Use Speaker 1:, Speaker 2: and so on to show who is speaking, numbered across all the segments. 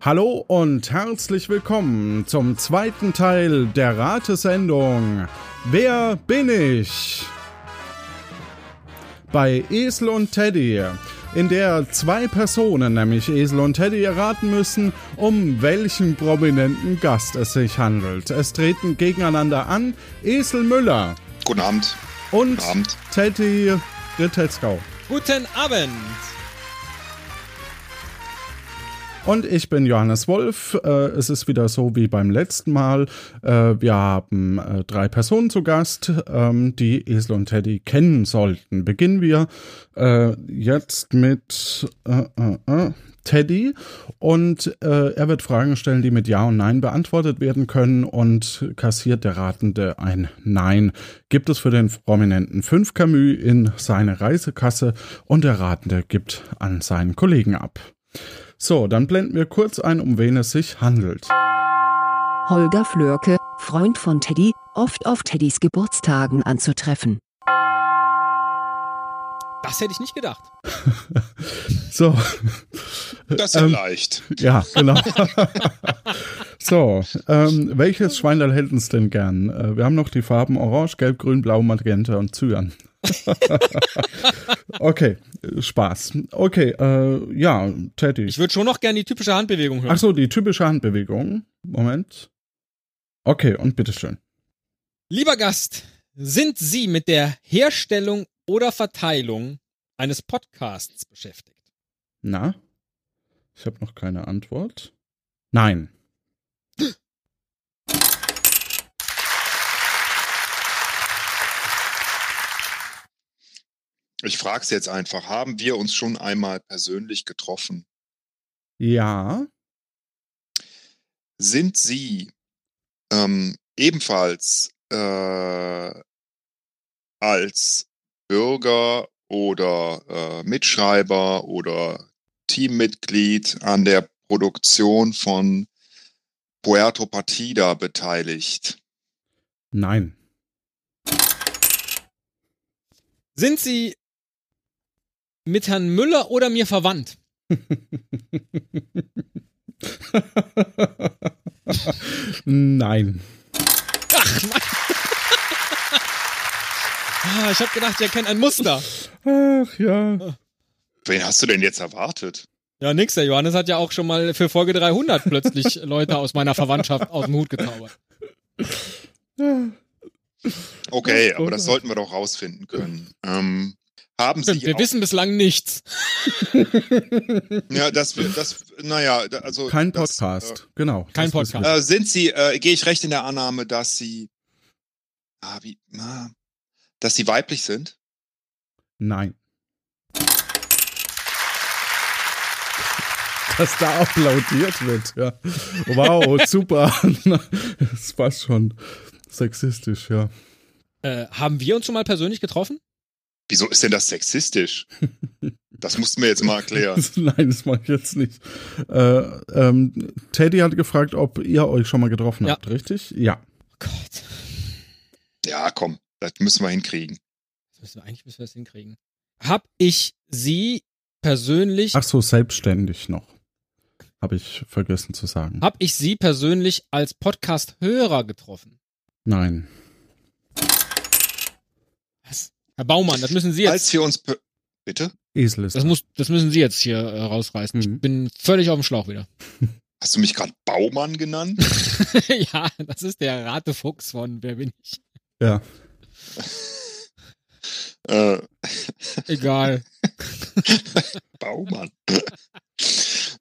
Speaker 1: Hallo und herzlich willkommen zum zweiten Teil der Ratesendung Wer bin ich? Bei Esel und Teddy, in der zwei Personen, nämlich Esel und Teddy, erraten müssen, um welchen prominenten Gast es sich handelt. Es treten gegeneinander an Esel Müller
Speaker 2: Guten Abend.
Speaker 1: und
Speaker 2: Guten Abend.
Speaker 1: Teddy Rittelskau.
Speaker 3: Guten Abend.
Speaker 1: Und ich bin Johannes Wolf. Äh, es ist wieder so wie beim letzten Mal. Äh, wir haben äh, drei Personen zu Gast, ähm, die Esel und Teddy kennen sollten. Beginnen wir äh, jetzt mit äh, äh, äh, Teddy. Und äh, er wird Fragen stellen, die mit Ja und Nein beantwortet werden können. Und kassiert der Ratende ein Nein. Gibt es für den Prominenten 5 Camus in seine Reisekasse. Und der Ratende gibt an seinen Kollegen ab. So, dann blenden wir kurz ein, um wen es sich handelt.
Speaker 4: Holger Flörke, Freund von Teddy, oft auf Teddys Geburtstagen anzutreffen.
Speaker 3: Das hätte ich nicht gedacht.
Speaker 1: So,
Speaker 2: Das
Speaker 3: Ähm,
Speaker 2: ist ja leicht.
Speaker 1: ja, genau. so, ähm, welches Schweinerl hätten es denn gern? Äh, wir haben noch die Farben Orange, Gelb, Grün, Blau, Magenta und Cyan. okay, äh, Spaß. Okay, äh, ja, Teddy.
Speaker 3: Ich würde schon noch gerne die typische Handbewegung hören.
Speaker 1: Ach
Speaker 2: also-
Speaker 1: so, die typische Handbewegung. Moment. Okay, und bitteschön.
Speaker 3: Lieber Gast, sind Sie mit der Herstellung oder Verteilung eines Podcasts beschäftigt?
Speaker 1: Na? Ich habe noch keine Antwort. Nein.
Speaker 2: Ich frage es jetzt einfach. Haben wir uns schon einmal persönlich getroffen?
Speaker 1: Ja.
Speaker 2: Sind Sie ähm, ebenfalls äh, als Bürger oder äh, Mitschreiber oder Teammitglied an der Produktion von Puerto Partida beteiligt?
Speaker 1: Nein.
Speaker 3: Sind Sie mit Herrn Müller oder mir verwandt?
Speaker 1: Nein.
Speaker 3: Ah, ich habe gedacht, ihr kennt ein Muster.
Speaker 1: Ach ja.
Speaker 2: Wen hast du denn jetzt erwartet?
Speaker 3: Ja, nix, der Johannes hat ja auch schon mal für Folge 300 plötzlich Leute aus meiner Verwandtschaft aus dem Hut gezaubert.
Speaker 2: Okay, aber das sollten wir doch rausfinden können. Ähm, haben Sie
Speaker 3: Wir
Speaker 2: auch
Speaker 3: wissen bislang nichts.
Speaker 2: Ja, das, wir- das, naja, da- also.
Speaker 1: Kein
Speaker 2: das,
Speaker 1: Podcast. genau.
Speaker 3: Kein
Speaker 1: das wissen wir.
Speaker 2: Äh, äh, sind Sie, äh, gehe ich recht in der Annahme, dass Sie, ah, wie, ah, dass Sie weiblich sind?
Speaker 1: Nein. Dass da applaudiert wird, ja. Wow, super. Das war schon sexistisch, ja.
Speaker 3: Äh, haben wir uns schon mal persönlich getroffen?
Speaker 2: Wieso ist denn das sexistisch? Das mussten wir jetzt mal erklären.
Speaker 1: Nein, das mache ich jetzt nicht. Äh, ähm, Teddy hat gefragt, ob ihr euch schon mal getroffen
Speaker 3: Ja.
Speaker 1: habt, richtig? Ja.
Speaker 3: Gott.
Speaker 2: Ja, komm, das müssen wir hinkriegen.
Speaker 3: Das müssen wir eigentlich müssen wir das hinkriegen. Hab ich sie persönlich,
Speaker 1: Ach so, selbstständig noch. Habe ich vergessen zu sagen.
Speaker 3: hab ich sie persönlich als Podcast-Hörer getroffen?
Speaker 1: Nein.
Speaker 3: Was? Herr Baumann, das müssen Sie jetzt,
Speaker 2: Als wir uns, pe- bitte?
Speaker 1: Esel ist.
Speaker 3: das muss, das müssen Sie jetzt hier äh, rausreißen.
Speaker 1: Mhm.
Speaker 3: Ich bin völlig auf dem Schlauch wieder.
Speaker 2: Hast du mich gerade Baumann genannt?
Speaker 3: ja, das ist der Ratefuchs von Wer bin ich?
Speaker 1: ja.
Speaker 2: äh,
Speaker 3: Egal.
Speaker 2: Baumann.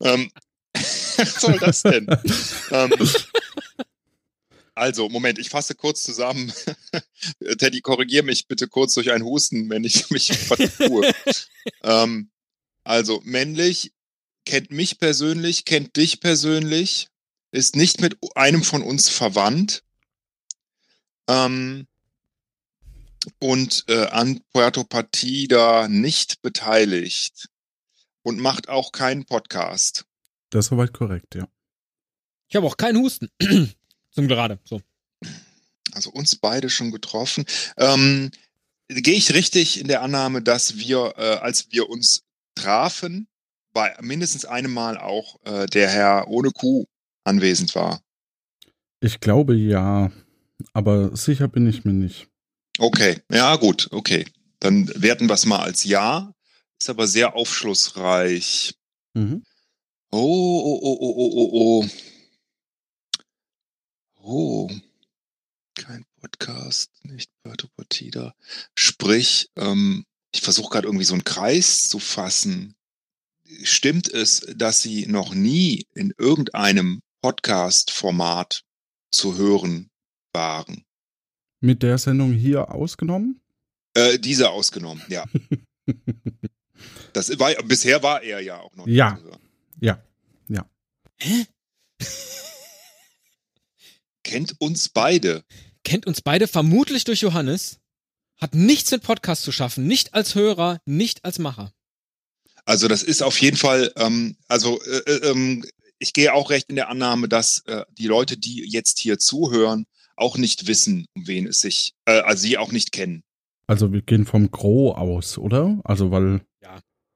Speaker 2: ähm, was soll das denn? ähm, also, Moment, ich fasse kurz zusammen. Teddy, korrigier mich bitte kurz durch einen Husten, wenn ich mich vertue. ähm, also, männlich kennt mich persönlich, kennt dich persönlich, ist nicht mit einem von uns verwandt. Ähm, und äh, an Puerto Partida nicht beteiligt und macht auch keinen Podcast.
Speaker 1: Das ist soweit korrekt, ja.
Speaker 3: Ich habe auch keinen Husten. Zum gerade. So.
Speaker 2: Also uns beide schon getroffen. Ähm, Gehe ich richtig in der Annahme, dass wir, äh, als wir uns trafen, bei mindestens einem Mal auch äh, der Herr ohne Kuh anwesend war.
Speaker 1: Ich glaube ja, aber sicher bin ich mir nicht.
Speaker 2: Okay, ja gut, okay. Dann werten wir es mal als Ja. Ist aber sehr aufschlussreich.
Speaker 1: Mhm.
Speaker 2: Oh, oh, oh, oh, oh, oh, oh. Oh. Kein Podcast, nicht Perturbatida. Sprich, ähm, ich versuche gerade irgendwie so einen Kreis zu fassen. Stimmt es, dass sie noch nie in irgendeinem Podcast-Format zu hören waren?
Speaker 1: Mit der Sendung hier ausgenommen?
Speaker 2: Äh, diese ausgenommen, ja. Das war, bisher war er ja auch noch. nicht
Speaker 1: Ja.
Speaker 2: Also. zu hören.
Speaker 1: Ja.
Speaker 2: Kennt uns beide.
Speaker 3: Kennt uns beide vermutlich durch Johannes. Hat nichts mit Podcast zu schaffen. Nicht als Hörer, nicht als Macher.
Speaker 2: Also das ist auf jeden Fall, ähm, also äh, äh, ähm, ich gehe auch recht in der Annahme, dass äh, die Leute, die jetzt hier zuhören, auch nicht wissen, um wen es sich, äh, also sie auch nicht kennen.
Speaker 1: Also wir gehen vom Gro aus, oder? Also weil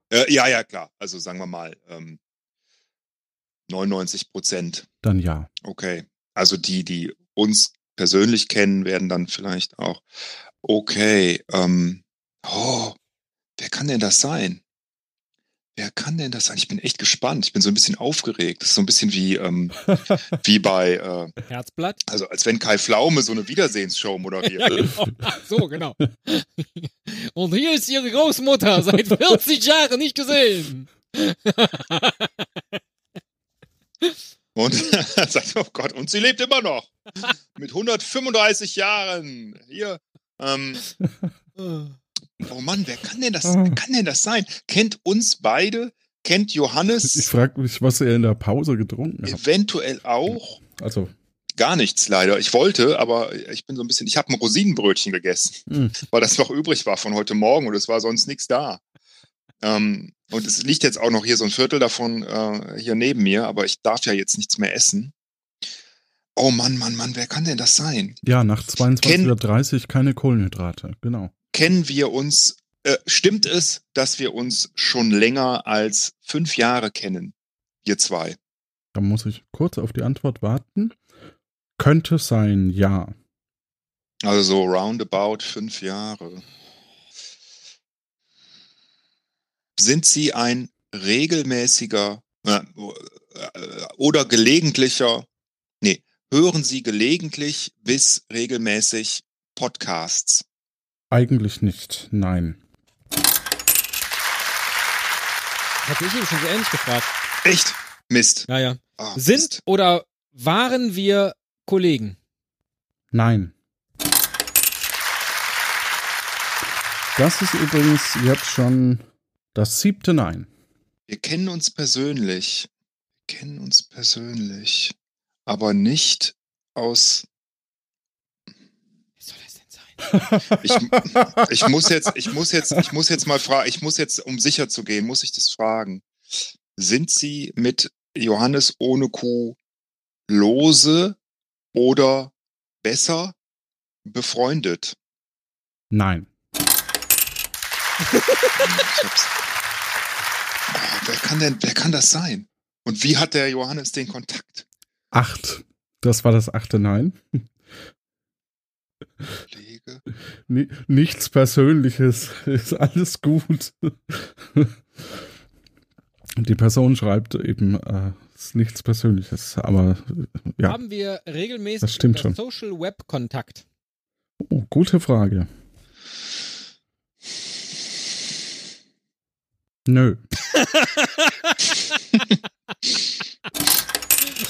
Speaker 2: Äh, ja, ja, klar. Also sagen wir mal ähm, 99 Prozent.
Speaker 1: dann ja.
Speaker 2: Okay. Also die, die uns persönlich kennen, werden dann vielleicht auch. Okay. Ähm, oh, wer kann denn das sein? Wer kann denn das sein? Ich bin echt gespannt. Ich bin so ein bisschen aufgeregt. Das ist so ein bisschen wie, ähm, wie bei, äh,
Speaker 3: Herzblatt?
Speaker 2: also als wenn Kai Flaume so eine Wiedersehensshow moderiert.
Speaker 3: genau. Ach So, genau. Und hier ist ihre Großmutter, seit 40 Jahren nicht gesehen.
Speaker 2: Und sagt, oh Gott, und sie lebt immer noch. Mit 135 Jahren. Hier. Ähm,
Speaker 3: Ah.
Speaker 2: oh Mann, wer kann denn das,
Speaker 1: Ah.
Speaker 2: wer kann denn das sein? Kennt uns beide, kennt
Speaker 1: Ich
Speaker 2: Johannes
Speaker 1: frage mich, was er in der Pause getrunken hat.
Speaker 2: eventuell auch.
Speaker 1: Also,
Speaker 2: Gar nichts leider. Ich wollte, aber ich bin so ein bisschen, ich habe ein Rosinenbrötchen gegessen,
Speaker 1: hm.
Speaker 2: weil das noch übrig war von heute Morgen und es war sonst nichts da. Ähm, und es liegt jetzt auch noch hier so ein Viertel davon äh, hier neben mir, aber ich darf ja jetzt nichts mehr essen. Oh Mann, Mann, Mann, wer kann denn das sein?
Speaker 1: ja, nach
Speaker 2: Ken-
Speaker 1: 22.30 Uhr keine Kohlenhydrate. Genau.
Speaker 2: kennen wir uns, äh, stimmt es, dass wir uns schon länger als fünf Jahre kennen? Wir zwei.
Speaker 1: Da muss ich kurz auf die Antwort warten. Könnte sein, ja.
Speaker 2: Also so roundabout fünf Jahre. Sind Sie ein regelmäßiger äh, äh, oder gelegentlicher, nee, hören Sie gelegentlich bis regelmäßig Podcasts?
Speaker 1: Eigentlich nicht, nein.
Speaker 3: Hätte ich ihn schon so ähnlich gefragt.
Speaker 2: Echt? Mist.
Speaker 3: Ja, ja.
Speaker 2: Ah,
Speaker 3: Sind
Speaker 2: Mist.
Speaker 3: oder waren wir Kollegen?
Speaker 1: Nein. Das ist übrigens jetzt schon das siebte Nein.
Speaker 2: Wir kennen uns persönlich. Wir kennen uns persönlich. Aber nicht aus.
Speaker 3: Wer soll das denn sein?
Speaker 2: Ich, ich muss jetzt, ich muss jetzt, ich muss jetzt mal fragen, ich muss jetzt, um sicher zu gehen, muss ich das fragen. Sind Sie mit Johannes ohne Kuh lose oder besser befreundet?
Speaker 1: Nein.
Speaker 2: Hm, Ich hab's- Ah, wer kann denn, wer kann das sein? Und wie hat der Johannes den Kontakt?
Speaker 1: Acht. Das war das achte Nein.
Speaker 2: Kollege.
Speaker 1: Ni- Nichts Persönliches. Ist alles gut. Die Person schreibt eben, äh, ist nichts Persönliches. Aber äh, ja,
Speaker 3: Haben wir regelmäßig
Speaker 1: Das stimmt
Speaker 3: über Social Web Kontakt?
Speaker 1: oh, gute Frage. Nö.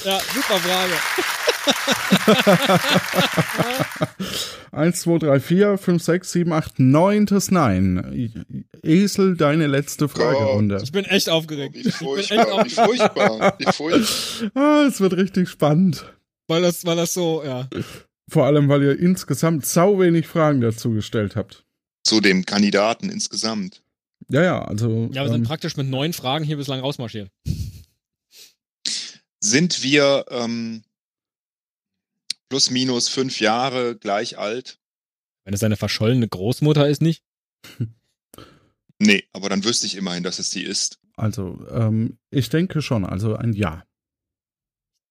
Speaker 3: Ja, super Frage.
Speaker 1: 1, 2, 3, 4, 5, 6, 7, 8, 9. Nein. Esel, deine letzte Fragerunde.
Speaker 3: Ich bin echt aufgeregt.
Speaker 2: Wie
Speaker 3: Ich bin echt
Speaker 2: furchtbar, wie
Speaker 3: aufgeregt,
Speaker 2: furchtbar, wie furchtbar.
Speaker 1: Ah, es wird richtig spannend.
Speaker 3: weil das, weil das so, ja.
Speaker 1: Vor allem, weil ihr insgesamt sau wenig Fragen dazu gestellt habt.
Speaker 2: Zu dem Kandidaten insgesamt.
Speaker 1: Ja, ja, also.
Speaker 3: Ja, wir sind praktisch mit neun Fragen hier bislang rausmarschiert.
Speaker 2: Sind wir ähm, plus minus fünf Jahre gleich alt?
Speaker 3: Wenn es seine verschollene Großmutter ist, nicht?
Speaker 2: Nee, aber dann wüsste ich immerhin, dass es sie ist.
Speaker 1: also ähm, ich denke schon, also ein Ja.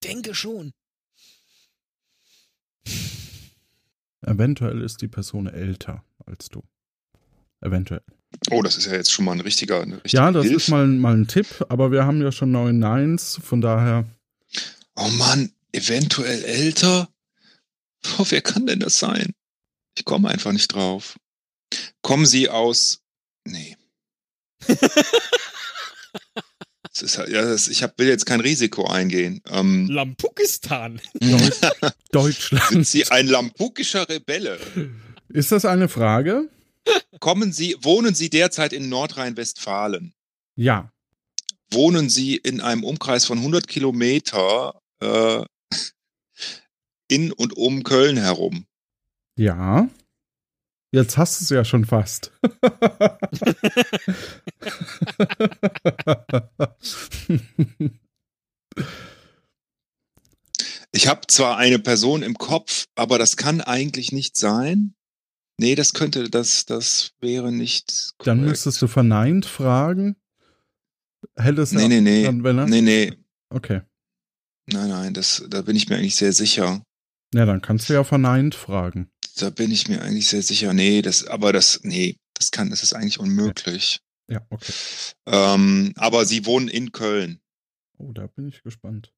Speaker 3: Denke schon.
Speaker 1: Eventuell ist die Person älter als du. Eventuell.
Speaker 2: Oh, das ist ja jetzt schon mal ein richtiger. Eine richtige
Speaker 1: Ja, das
Speaker 2: Hilfe.
Speaker 1: ist mal, mal ein Tipp, aber wir haben ja schon neun Neins, von daher.
Speaker 2: Oh Mann, eventuell älter? Oh, wer kann denn das sein? Ich komme einfach nicht drauf. Kommen Sie aus. Nee. Es ist halt, ja, das, ich hab, will jetzt kein Risiko eingehen. Ähm,
Speaker 3: Lampukistan.
Speaker 1: Deutsch, Deutschland.
Speaker 2: sind Sie ein lampukischer Rebelle?
Speaker 1: Ist das eine Frage?
Speaker 2: Kommen Sie, wohnen Sie derzeit in Nordrhein-Westfalen?
Speaker 1: Ja.
Speaker 2: Wohnen Sie in einem Umkreis von 100 Kilometer äh, in und um Köln herum?
Speaker 1: Ja. Jetzt hast du es ja schon fast.
Speaker 2: Ich habe zwar eine Person im Kopf, aber das kann eigentlich nicht sein. Nee, das könnte, das, das wäre nicht.
Speaker 1: Dann
Speaker 2: korrekt.
Speaker 1: müsstest du verneint fragen. Helles
Speaker 2: Nee, nee, nee.
Speaker 1: Dann, ne? wenn er,
Speaker 2: Nee, nee.
Speaker 1: Okay.
Speaker 2: Nein, nein, das, da bin ich mir eigentlich sehr sicher.
Speaker 1: Ja, dann kannst du ja verneint fragen.
Speaker 2: Da bin ich mir eigentlich sehr sicher. Nee, das, aber das, nee, das kann, das ist eigentlich unmöglich.
Speaker 1: Ja, okay.
Speaker 2: Ähm, aber sie wohnen in Köln.
Speaker 1: Oh, da bin ich gespannt.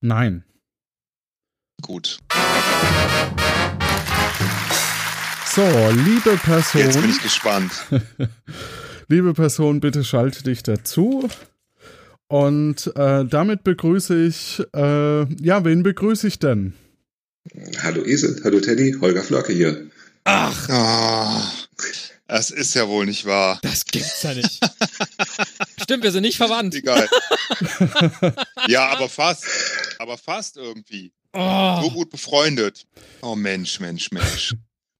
Speaker 1: Nein.
Speaker 2: Gut.
Speaker 1: So, liebe Person.
Speaker 2: Jetzt bin ich gespannt.
Speaker 1: Liebe Person, bitte schalte dich dazu. Und äh, damit begrüße ich, äh, ja, wen begrüße ich denn?
Speaker 5: Hallo Esel, hallo Teddy, Holger Flörke hier.
Speaker 3: Ach,
Speaker 2: Ah, das ist ja wohl nicht wahr.
Speaker 3: das gibt's ja nicht. Stimmt, wir sind nicht verwandt.
Speaker 2: Egal. ja, aber fast. Aber fast irgendwie. so
Speaker 3: Oh,
Speaker 2: gut befreundet. Oh Mensch, Mensch, Mensch.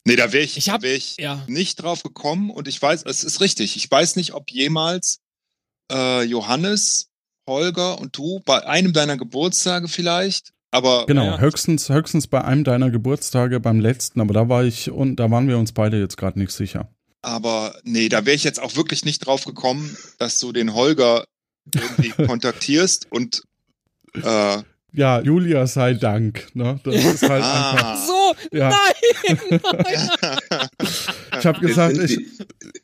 Speaker 2: Nee, da wäre ich,
Speaker 3: Ich hab-
Speaker 2: wär ich
Speaker 3: ja.
Speaker 2: nicht drauf gekommen und ich weiß, es ist richtig, ich weiß nicht, ob jemals äh, Johannes, Holger und du bei einem deiner Geburtstage vielleicht, aber
Speaker 1: Genau,
Speaker 3: Ja.
Speaker 1: höchstens, höchstens bei einem deiner Geburtstage, beim letzten, aber da war ich und da waren wir uns beide jetzt gerade nicht sicher.
Speaker 2: aber nee, da wäre ich jetzt auch wirklich nicht drauf gekommen, dass du den Holger irgendwie kontaktierst und äh,
Speaker 1: Ja, Julia sei Dank. Ne? Das ist halt einfach.
Speaker 2: ah,
Speaker 3: So,
Speaker 1: Ja.
Speaker 3: nein, nein.
Speaker 1: Ich habe gesagt,
Speaker 5: es
Speaker 1: ich,
Speaker 5: sind,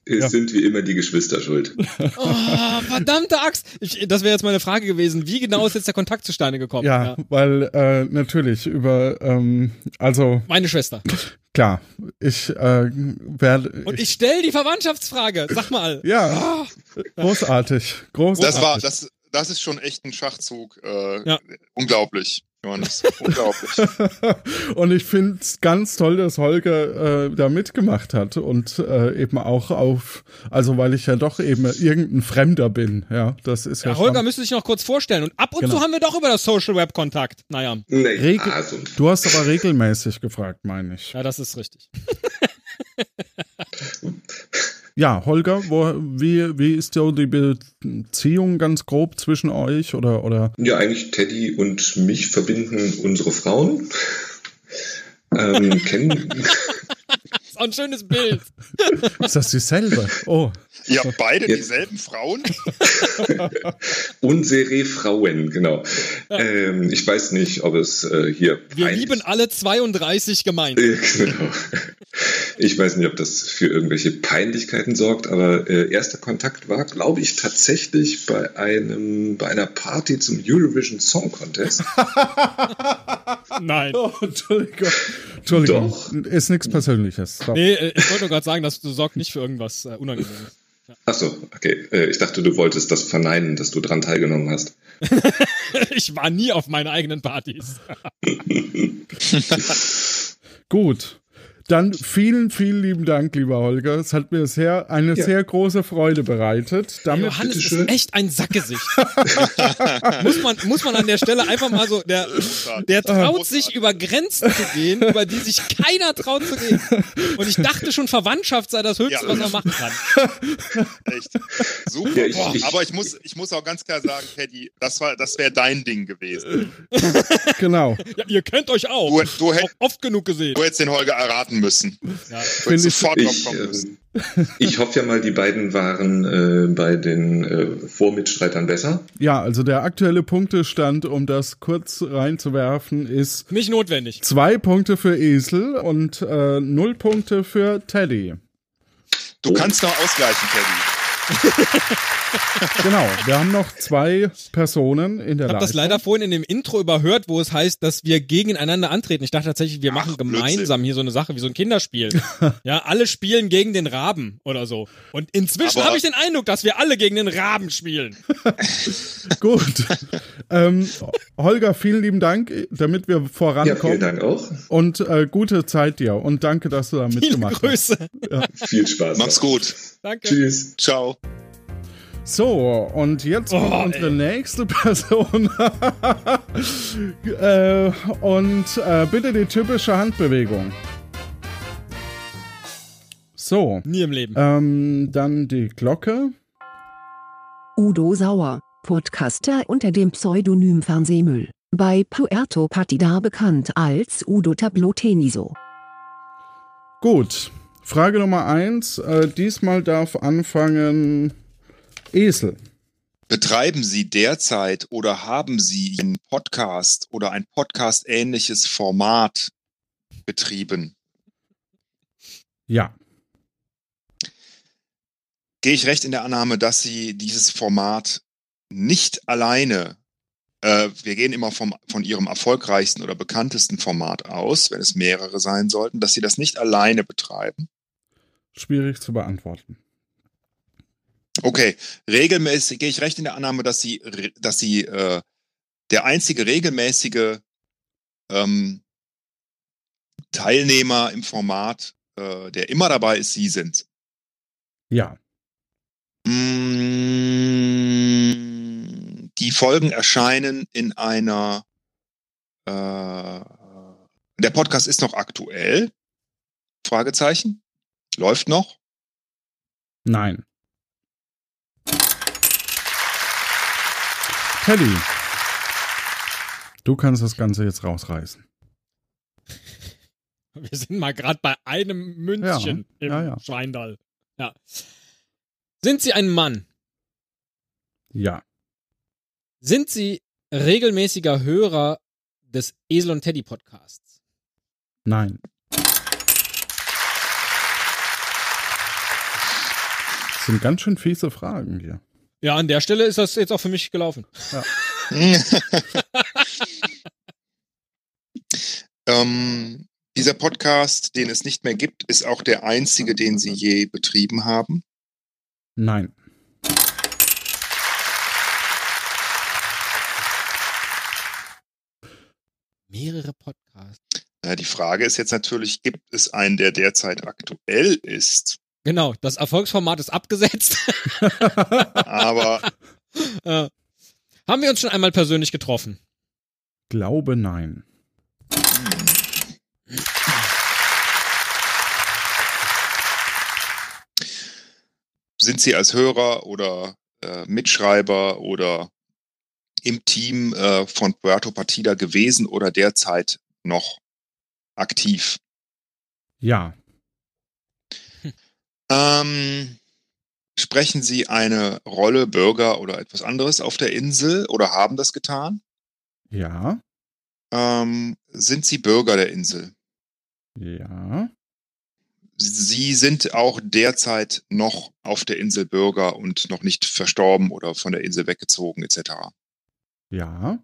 Speaker 5: wie, es
Speaker 1: ja.
Speaker 5: sind wie immer die Geschwister schuld.
Speaker 3: Oh, verdammte Axt. Ich, das wäre jetzt meine Frage gewesen. Wie genau ist jetzt der Kontakt zustande gekommen?
Speaker 1: ja, weil äh, natürlich über, ähm, also
Speaker 3: Meine Schwester.
Speaker 1: klar, ich äh, werde.
Speaker 3: Und ich stelle die Verwandtschaftsfrage. Sag mal.
Speaker 1: ja,
Speaker 3: Ah,
Speaker 1: großartig, großartig.
Speaker 2: das war, das, das ist schon echt ein Schachzug, äh,
Speaker 3: Ja.
Speaker 2: unglaublich, Johannes, unglaublich.
Speaker 1: und ich finde es ganz toll, dass Holger äh, da mitgemacht hat und äh, eben auch auf, also weil ich ja doch eben irgendein Fremder bin, ja, das ist ja,
Speaker 3: ja, Holger
Speaker 1: schon,
Speaker 3: müsste sich noch kurz vorstellen. Und ab und
Speaker 1: Genau.
Speaker 3: zu haben wir doch über das Social Web Kontakt. Naja.
Speaker 5: Nee,
Speaker 1: Regel-
Speaker 5: also,
Speaker 1: Du hast aber regelmäßig gefragt, meine ich.
Speaker 3: Ja, das ist richtig.
Speaker 1: Ja, Holger, wo, wie, wie ist so die Beziehung ganz grob zwischen euch oder, oder
Speaker 5: ja, eigentlich Teddy und mich verbinden unsere Frauen. Ähm, kennen,
Speaker 3: Ist auch ein schönes Bild.
Speaker 1: ist das dieselbe? Oh,
Speaker 2: Ihr habt beide
Speaker 5: Jetzt-
Speaker 2: dieselben Frauen?
Speaker 5: unsere Frauen, genau. Ähm, ich weiß nicht, ob es äh, hier
Speaker 3: Wir
Speaker 5: peinlich-
Speaker 3: lieben alle 32 gemein.
Speaker 5: Äh, Genau. Ich weiß nicht, ob das für irgendwelche Peinlichkeiten sorgt, aber äh, erster Kontakt war, glaube ich, tatsächlich bei einem, bei einer Party zum Eurovision Song Contest.
Speaker 3: Nein.
Speaker 1: oh Entschuldigung. Entschuldigung.
Speaker 5: Doch.
Speaker 1: Ist nichts Persönliches. Doch.
Speaker 3: Nee, äh, ich wollte nur gerade sagen, dass du sorgt nicht für irgendwas äh, Unangenehmes.
Speaker 5: Achso, okay. Äh, ich dachte, du wolltest das verneinen, dass du dran teilgenommen hast.
Speaker 3: Ich war nie auf meinen eigenen Partys.
Speaker 1: Gut. Dann vielen, vielen lieben Dank, lieber Holger. Es hat mir sehr, eine
Speaker 5: Ja.
Speaker 1: sehr große Freude bereitet. Damit
Speaker 3: Johannes
Speaker 5: bitteschön.
Speaker 3: ist echt ein Sackgesicht. muss, man, muss man an der Stelle einfach mal so, der, der
Speaker 2: Ah,
Speaker 3: traut sich über Grenzen zu gehen, über die sich keiner traut zu gehen. Und ich dachte schon, Verwandtschaft sei das Höchste,
Speaker 2: Ja.
Speaker 3: was er machen kann.
Speaker 2: Echt. Super.
Speaker 5: Ja, ich-
Speaker 2: Boah,
Speaker 5: ich-
Speaker 2: aber ich muss, ich muss auch ganz klar sagen, Teddy, das, war- das wäre dein Ding gewesen.
Speaker 1: genau.
Speaker 3: Ja, ihr kennt euch auch.
Speaker 2: Du, du, hätt,
Speaker 3: auch oft genug gesehen.
Speaker 2: du hättest den Holger erraten müssen.
Speaker 3: Ja.
Speaker 2: Wird
Speaker 1: Finde ich-
Speaker 2: sofort drauf
Speaker 5: Ich,
Speaker 2: kommen müssen.
Speaker 5: äh, ich hoffe ja mal, die beiden waren äh, bei den äh, Vormitstreitern besser.
Speaker 1: Ja, also der aktuelle Punktestand, um das kurz reinzuwerfen, ist
Speaker 3: Nicht notwendig.
Speaker 1: zwei Punkte für Esel und äh, null Punkte für Teddy.
Speaker 2: Du kannst noch ausgleichen, Teddy.
Speaker 1: Genau, wir haben noch zwei Personen in der
Speaker 3: Ich habe das
Speaker 1: Leitung.
Speaker 3: leider vorhin in dem Intro überhört, wo es heißt, dass wir gegeneinander antreten. Ich dachte tatsächlich, wir machen gemeinsam hier so eine Sache wie so ein Kinderspiel. ja, alle spielen gegen den Raben oder so. Und inzwischen
Speaker 2: Aber-
Speaker 3: habe ich den Eindruck, dass wir alle gegen den Raben spielen.
Speaker 1: Gut. ähm, Holger, vielen lieben Dank, damit wir
Speaker 5: Ja, vielen
Speaker 1: vorankommen.
Speaker 5: Dank auch.
Speaker 1: und äh, gute Zeit dir und danke, dass du da
Speaker 3: Viele
Speaker 1: mitgemacht hast.
Speaker 3: Grüße.
Speaker 5: Viel Spaß.
Speaker 2: Mach's gut.
Speaker 3: Danke.
Speaker 5: Tschüss.
Speaker 2: Ciao.
Speaker 1: So, und jetzt kommt
Speaker 3: Oh,
Speaker 1: unsere
Speaker 3: ey.
Speaker 1: nächste Person. äh, und äh, bitte die typische Handbewegung. So,
Speaker 3: Nie im Leben.
Speaker 1: ähm, dann die Glocke.
Speaker 4: Udo Sauer, Podcaster unter dem Pseudonym Fernsehmüll, bei Puerto Partida bekannt als Udo Tablo Teniso.
Speaker 1: Gut, Frage Nummer eins. Äh, diesmal darf anfangen Esel.
Speaker 2: Betreiben Sie derzeit oder haben Sie einen Podcast oder ein Podcast-ähnliches Format betrieben?
Speaker 1: Ja,
Speaker 2: Gehe ich recht in der Annahme, dass Sie dieses Format nicht alleine, äh, wir gehen immer vom, von Ihrem erfolgreichsten oder bekanntesten Format aus, wenn es mehrere sein sollten, dass Sie das nicht alleine betreiben?
Speaker 1: schwierig zu beantworten.
Speaker 2: Okay, regelmäßig gehe ich recht in der Annahme, dass sie, re- dass sie äh, der einzige regelmäßige ähm, Teilnehmer im Format, äh, der immer dabei ist, Sie sind.
Speaker 1: Ja,
Speaker 2: Mm, die Folgen erscheinen in einer. Äh, der Podcast ist noch aktuell? Fragezeichen. Läuft noch?
Speaker 1: nein. Teddy, du kannst das Ganze jetzt rausreißen.
Speaker 3: Wir sind mal gerade bei einem Münzchen
Speaker 1: Ja,
Speaker 3: im
Speaker 1: ja, ja.
Speaker 3: Schweindall. Ja. Sind Sie ein Mann?
Speaker 1: Ja,
Speaker 3: Sind Sie regelmäßiger Hörer des Esel und Teddy Podcasts?
Speaker 1: nein. Das sind ganz schön fiese Fragen hier.
Speaker 3: Ja, an der Stelle ist das jetzt auch für mich gelaufen.
Speaker 2: ähm, dieser Podcast, den es nicht mehr gibt, ist auch der einzige, den Sie je betrieben haben.
Speaker 1: Nein.
Speaker 3: Mehrere Podcasts.
Speaker 2: Ja, die Frage ist jetzt natürlich, gibt es einen, der derzeit aktuell ist?
Speaker 3: Genau, das Erfolgsformat ist abgesetzt.
Speaker 2: Aber
Speaker 3: äh, haben wir uns schon einmal persönlich getroffen?
Speaker 1: Glaube nein.
Speaker 2: sind Sie als Hörer oder äh, Mitschreiber oder im Team äh, von Puerto Partida gewesen oder derzeit noch aktiv?
Speaker 1: Ja,
Speaker 2: Ähm, sprechen Sie eine Rolle Bürger oder etwas anderes auf der Insel oder haben das getan?
Speaker 1: ja,
Speaker 2: Ähm, sind Sie Bürger der Insel?
Speaker 1: ja,
Speaker 2: Sie sind auch derzeit noch auf der Insel Bürger und noch nicht verstorben oder von der Insel weggezogen etc.
Speaker 1: ja.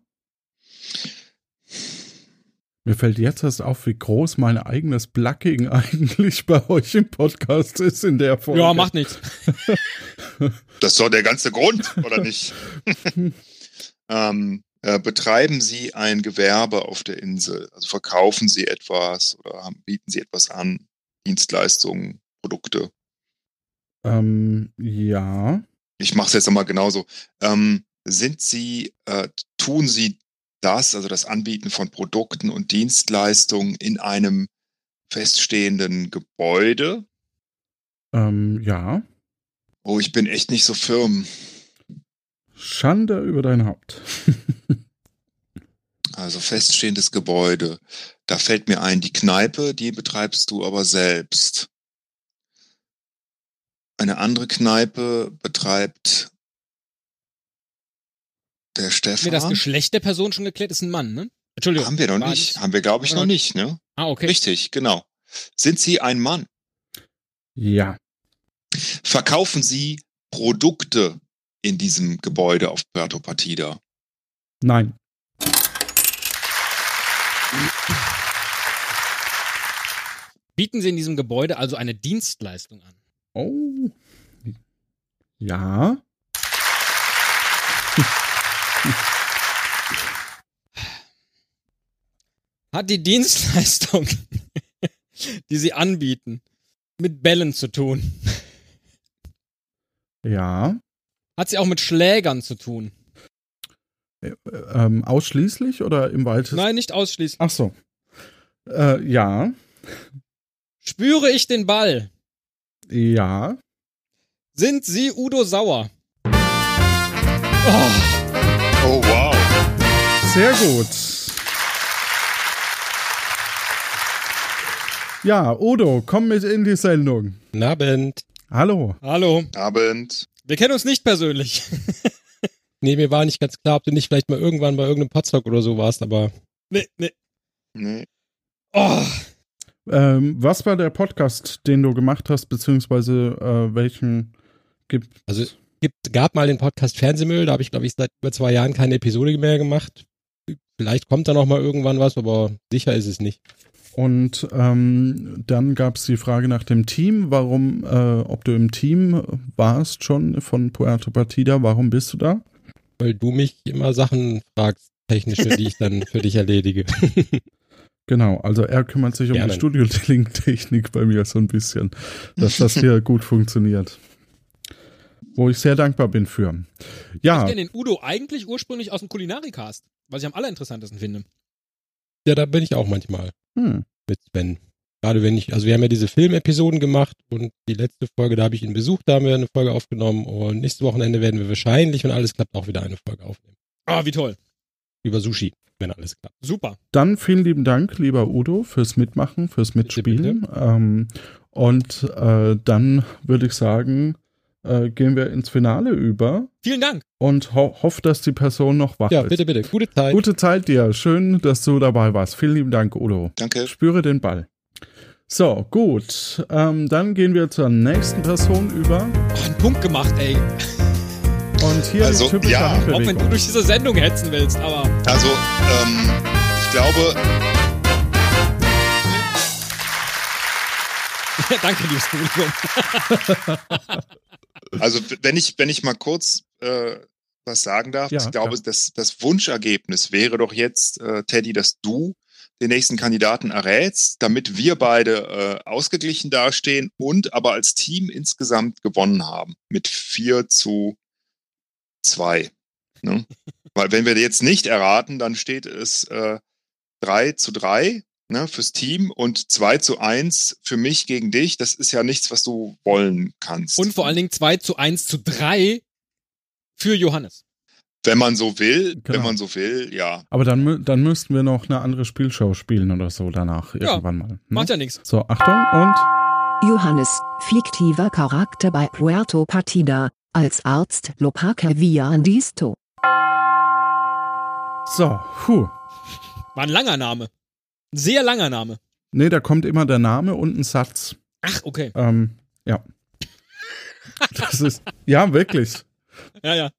Speaker 1: Mir fällt jetzt erst auf, wie groß mein eigenes Blacking eigentlich bei euch im Podcast ist in der Folge.
Speaker 3: Ja, macht nichts.
Speaker 2: Das ist doch der ganze Grund, oder nicht? ähm, äh, betreiben Sie ein Gewerbe auf der Insel? Also verkaufen Sie etwas oder haben, bieten Sie etwas an? Dienstleistungen, Produkte?
Speaker 1: Ähm, ja,
Speaker 2: ich mache es jetzt nochmal genauso. Ähm, sind Sie, äh, tun Sie das, also das Anbieten von Produkten und Dienstleistungen in einem feststehenden Gebäude?
Speaker 1: ähm, ja.
Speaker 2: Oh, ich bin echt nicht so firm.
Speaker 1: Schande über dein Haupt.
Speaker 2: Also also feststehendes Gebäude. Da fällt mir ein, die Kneipe, die betreibst du aber selbst. Eine andere Kneipe betreibt der
Speaker 3: Haben wir das
Speaker 2: Stefan.
Speaker 3: Geschlecht der Person schon geklärt? Ist ein Mann, ne? Entschuldigung.
Speaker 2: Haben wir noch
Speaker 3: War
Speaker 2: nicht. Haben wir, glaube ich, noch
Speaker 3: Oder-
Speaker 2: nicht, ne?
Speaker 3: Ah, okay.
Speaker 2: Richtig, genau. Sind Sie ein Mann?
Speaker 1: Ja.
Speaker 2: Verkaufen Sie Produkte in diesem Gebäude auf Puerto Partida?
Speaker 1: Nein.
Speaker 3: Bieten Sie in diesem Gebäude also eine Dienstleistung an?
Speaker 1: Oh. Ja.
Speaker 3: Hat die Dienstleistung, die Sie anbieten, mit Bällen zu tun?
Speaker 1: Ja.
Speaker 3: Hat sie auch mit Schlägern zu tun?
Speaker 1: Ähm, ausschließlich oder im Wald?
Speaker 3: Nein, nicht ausschließlich.
Speaker 1: Ach so. Äh, ja.
Speaker 3: Spüre ich den Ball?
Speaker 1: Ja.
Speaker 3: Sind Sie Udo Sauer? Oh,
Speaker 2: Oh, wow.
Speaker 1: Sehr gut. Ja, Udo, komm mit in die Sendung.
Speaker 6: Guten Abend.
Speaker 1: Hallo.
Speaker 3: hallo.
Speaker 2: Abend.
Speaker 3: Wir kennen uns nicht persönlich.
Speaker 6: Nee, mir war nicht ganz klar, ob du nicht vielleicht mal irgendwann bei irgendeinem Potsdok oder so warst, aber
Speaker 3: Nee, nee.
Speaker 2: Nee.
Speaker 3: Oh,
Speaker 1: Ähm, was war der Podcast, den du gemacht hast, beziehungsweise äh, welchen gibt?
Speaker 6: also es gibt, gab mal den Podcast Fernsehmüll, da habe ich, glaube ich, seit über zwei Jahren keine Episode mehr gemacht. Vielleicht kommt da noch mal irgendwann was, aber sicher ist es nicht.
Speaker 1: Und ähm, dann gab es die Frage nach dem Team, warum, äh, ob du im Team warst schon von Puerto Partida, warum bist du da?
Speaker 6: Weil du mich immer Sachen fragst, technische, die ich dann für dich erledige.
Speaker 1: Genau, also er kümmert sich um
Speaker 6: Gerne.
Speaker 1: die Studio-Technik bei mir so ein bisschen, dass das hier gut funktioniert. Wo ich sehr dankbar bin für.
Speaker 3: ich
Speaker 1: Ja,
Speaker 3: kenne den Udo eigentlich ursprünglich aus dem Kulinarikast, was ich am allerinteressantesten finde.
Speaker 6: ja, da bin ich auch manchmal
Speaker 1: hm,
Speaker 6: mit Sven. Gerade wenn ich, also wir haben ja diese Filmepisoden gemacht und die letzte Folge, da habe ich ihn besucht, da haben wir eine Folge aufgenommen und nächstes Wochenende werden wir wahrscheinlich, wenn alles klappt, auch wieder eine Folge aufnehmen.
Speaker 3: Ah, wie toll.
Speaker 6: Über Sushi, wenn alles klappt.
Speaker 3: Super.
Speaker 1: dann vielen lieben Dank, lieber Udo, fürs Mitmachen, fürs Mitspielen. Ähm, und äh, dann würde ich sagen, äh, gehen wir ins Finale über
Speaker 3: Vielen Dank.
Speaker 1: und ho hoffe, dass die Person noch wach
Speaker 6: Ja,
Speaker 1: ist.
Speaker 6: bitte, bitte. Gute Zeit.
Speaker 1: Gute Zeit dir. Schön, dass du dabei warst. Vielen lieben Dank, Udo.
Speaker 2: Danke.
Speaker 1: Spüre den Ball. So, gut. Ähm, dann gehen wir zur nächsten Person über.
Speaker 3: Oh, einen Punkt gemacht, ey.
Speaker 1: Und hier
Speaker 2: Also,
Speaker 1: die typische
Speaker 2: ja.
Speaker 3: Auch wenn du
Speaker 1: Handbewegung.
Speaker 3: durch diese Sendung hetzen willst, aber
Speaker 2: Also, ähm, ich glaube,
Speaker 3: danke, liebes Publikum.
Speaker 2: Also w- wenn ich, wenn ich mal kurz äh, was sagen darf,
Speaker 1: Ja,
Speaker 2: ich glaube, das, das Wunschergebnis wäre doch jetzt, äh, Teddy, dass du den nächsten Kandidaten errätst, damit wir beide äh, ausgeglichen dastehen und aber als Team insgesamt gewonnen haben mit 4 zu 2. Ne? Weil wenn wir jetzt nicht erraten, dann steht es äh, 3 zu 3 ne, fürs Team und 2 zu 1 für mich gegen dich. Das ist ja nichts, was du wollen kannst.
Speaker 3: Und vor allen Dingen 2 zu 1 zu 3 für Johannes.
Speaker 2: Wenn man so will, wenn
Speaker 1: Genau.
Speaker 2: man so will, ja.
Speaker 1: Aber dann, mü- dann müssten wir noch eine andere Spielshow spielen oder so danach. Irgendwann mal. ne?
Speaker 3: Macht ja nichts.
Speaker 1: So, Achtung und.
Speaker 4: Johannes, fiktiver Charakter bei Puerto Partida, als Arzt Lopaca via Andisto.
Speaker 1: So, puh.
Speaker 3: War ein langer Name. Ein sehr langer Name.
Speaker 1: Nee, da kommt immer der Name und ein Satz.
Speaker 3: Ach, okay.
Speaker 1: Ähm, ja. Das ist. Ja, wirklich.
Speaker 3: Ja, ja.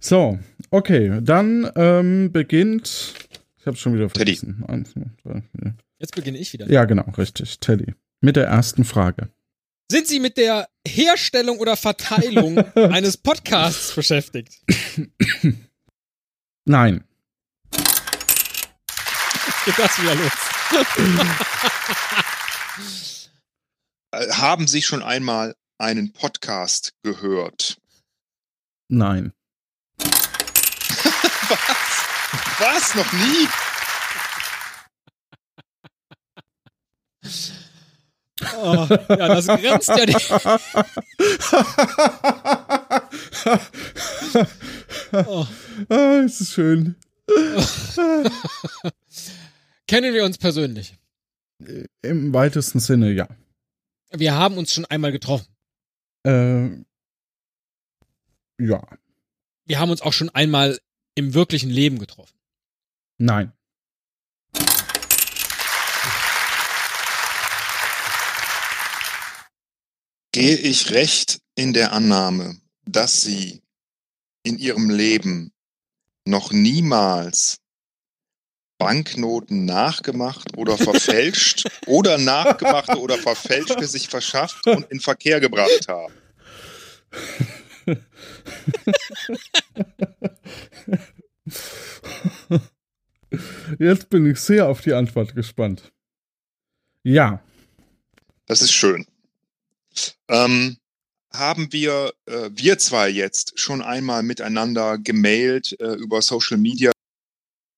Speaker 1: So, okay. Dann ähm, beginnt. Ich habe schon wieder
Speaker 2: Teddy.
Speaker 1: vergessen. Eins, zwei, drei, vier.
Speaker 3: Jetzt beginne ich wieder.
Speaker 1: Ja, genau, richtig. Teddy. Mit der ersten Frage.
Speaker 3: Sind Sie mit der Herstellung oder Verteilung eines Podcasts beschäftigt?
Speaker 1: Nein.
Speaker 3: Jetzt geht das wieder los.
Speaker 2: Äh, Haben Sie schon einmal einen Podcast gehört?
Speaker 1: Nein.
Speaker 2: Was? Noch nie?
Speaker 3: Oh, ja, das grenzt ja nicht.
Speaker 1: ah,
Speaker 3: Oh,
Speaker 1: Ah, es ist schön.
Speaker 3: Kennen wir uns persönlich?
Speaker 1: Im weitesten Sinne, ja.
Speaker 3: Wir haben uns schon einmal getroffen.
Speaker 1: Äh, ja,
Speaker 3: Wir haben uns auch schon einmal im wirklichen Leben getroffen.
Speaker 1: nein.
Speaker 2: Gehe ich recht in der Annahme, dass Sie in Ihrem Leben noch niemals Banknoten nachgemacht oder verfälscht oder nachgemachte oder verfälschte sich verschafft und in Verkehr gebracht haben?
Speaker 1: Jetzt bin ich sehr auf die Antwort gespannt. Ja,
Speaker 2: Das ist schön. Ähm, haben wir, äh, wir zwei jetzt schon einmal miteinander gemailt äh, über Social Media,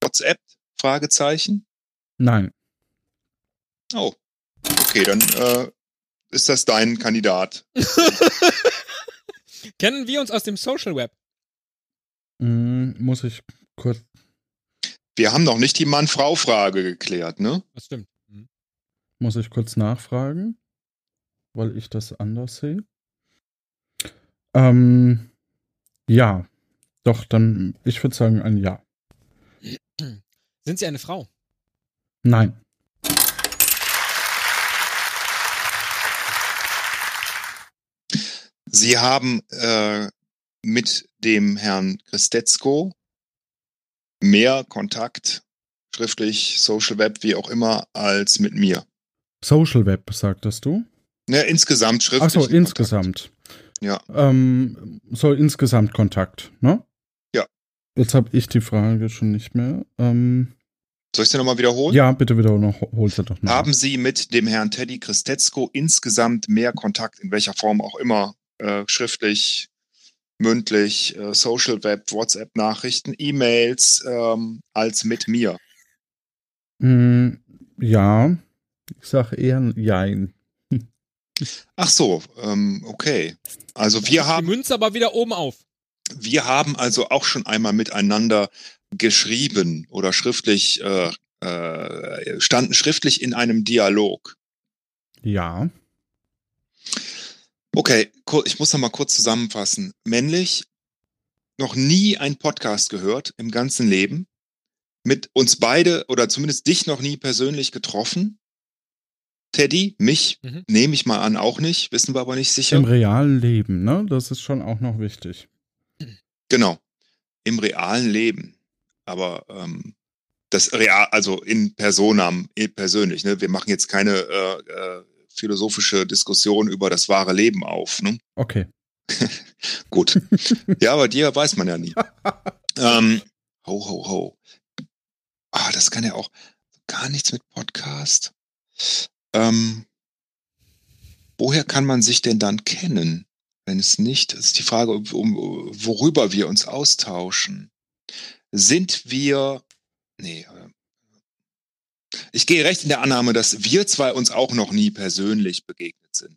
Speaker 2: WhatsApp? Fragezeichen.
Speaker 1: nein.
Speaker 2: Oh. Okay, dann äh, ist das dein Kandidat.
Speaker 3: Kennen wir uns aus dem Social Web?
Speaker 1: Hm, muss ich kurz.
Speaker 2: Wir haben noch nicht die Mann-Frau-Frage geklärt, ne?
Speaker 3: Das stimmt. Mhm.
Speaker 1: Muss ich kurz nachfragen, weil ich das anders sehe? Ähm, ja, doch, dann, ich würde sagen ein Ja.
Speaker 3: Sind Sie eine Frau?
Speaker 1: Nein,
Speaker 2: Sie haben äh, mit dem Herrn Christetzko mehr Kontakt, schriftlich, Social Web, wie auch immer, als mit mir.
Speaker 1: Social Web, sagtest du?
Speaker 2: Ne, insgesamt schriftlich.
Speaker 1: Achso, insgesamt.
Speaker 2: Ja.
Speaker 1: Ähm, so insgesamt Kontakt, ne?
Speaker 2: Ja.
Speaker 1: Jetzt habe ich die Frage schon nicht mehr. Ähm,
Speaker 2: Soll ich sie nochmal wiederholen?
Speaker 1: ja, bitte wieder noch, hol sie doch noch.
Speaker 2: Haben Sie mit dem Herrn Teddy Christetzko insgesamt mehr Kontakt, in welcher Form auch immer, äh, schriftlich, mündlich, äh, Social Web, WhatsApp-Nachrichten, E-Mails, ähm, als mit mir?
Speaker 1: Hm, ja, ich sage eher ein Jein.
Speaker 2: Ach so, ähm, okay. Also wir
Speaker 3: Die
Speaker 2: haben,
Speaker 3: Münze aber wieder oben auf.
Speaker 2: wir haben also auch schon einmal miteinander geschrieben oder schriftlich, äh, äh, standen schriftlich in einem Dialog.
Speaker 1: Ja,
Speaker 2: Okay, ku- ich muss noch mal kurz zusammenfassen. Männlich, noch nie einen Podcast gehört im ganzen Leben, mit uns beide oder zumindest dich noch nie persönlich getroffen. Teddy, mich
Speaker 3: Mhm.
Speaker 2: nehme ich mal an auch nicht, wissen wir aber nicht sicher.
Speaker 1: im realen Leben, ne? Das ist schon auch noch wichtig.
Speaker 2: genau, im realen Leben. Aber ähm, das real, also in Personam, eh, persönlich. Ne? Wir machen jetzt keine äh, äh, philosophische Diskussion über das wahre Leben auf. Ne?
Speaker 1: Okay.
Speaker 2: Gut. Ja, bei dir weiß man ja nie. ähm, ho, ho, ho. Ah, das kann ja auch gar nichts mit Podcast. Ähm, woher kann man sich denn dann kennen, wenn es nicht? Das ist die Frage, um, um, worüber wir uns austauschen. Sind wir. Nee. äh, Ich gehe recht in der Annahme, dass wir zwei uns auch noch nie persönlich begegnet sind.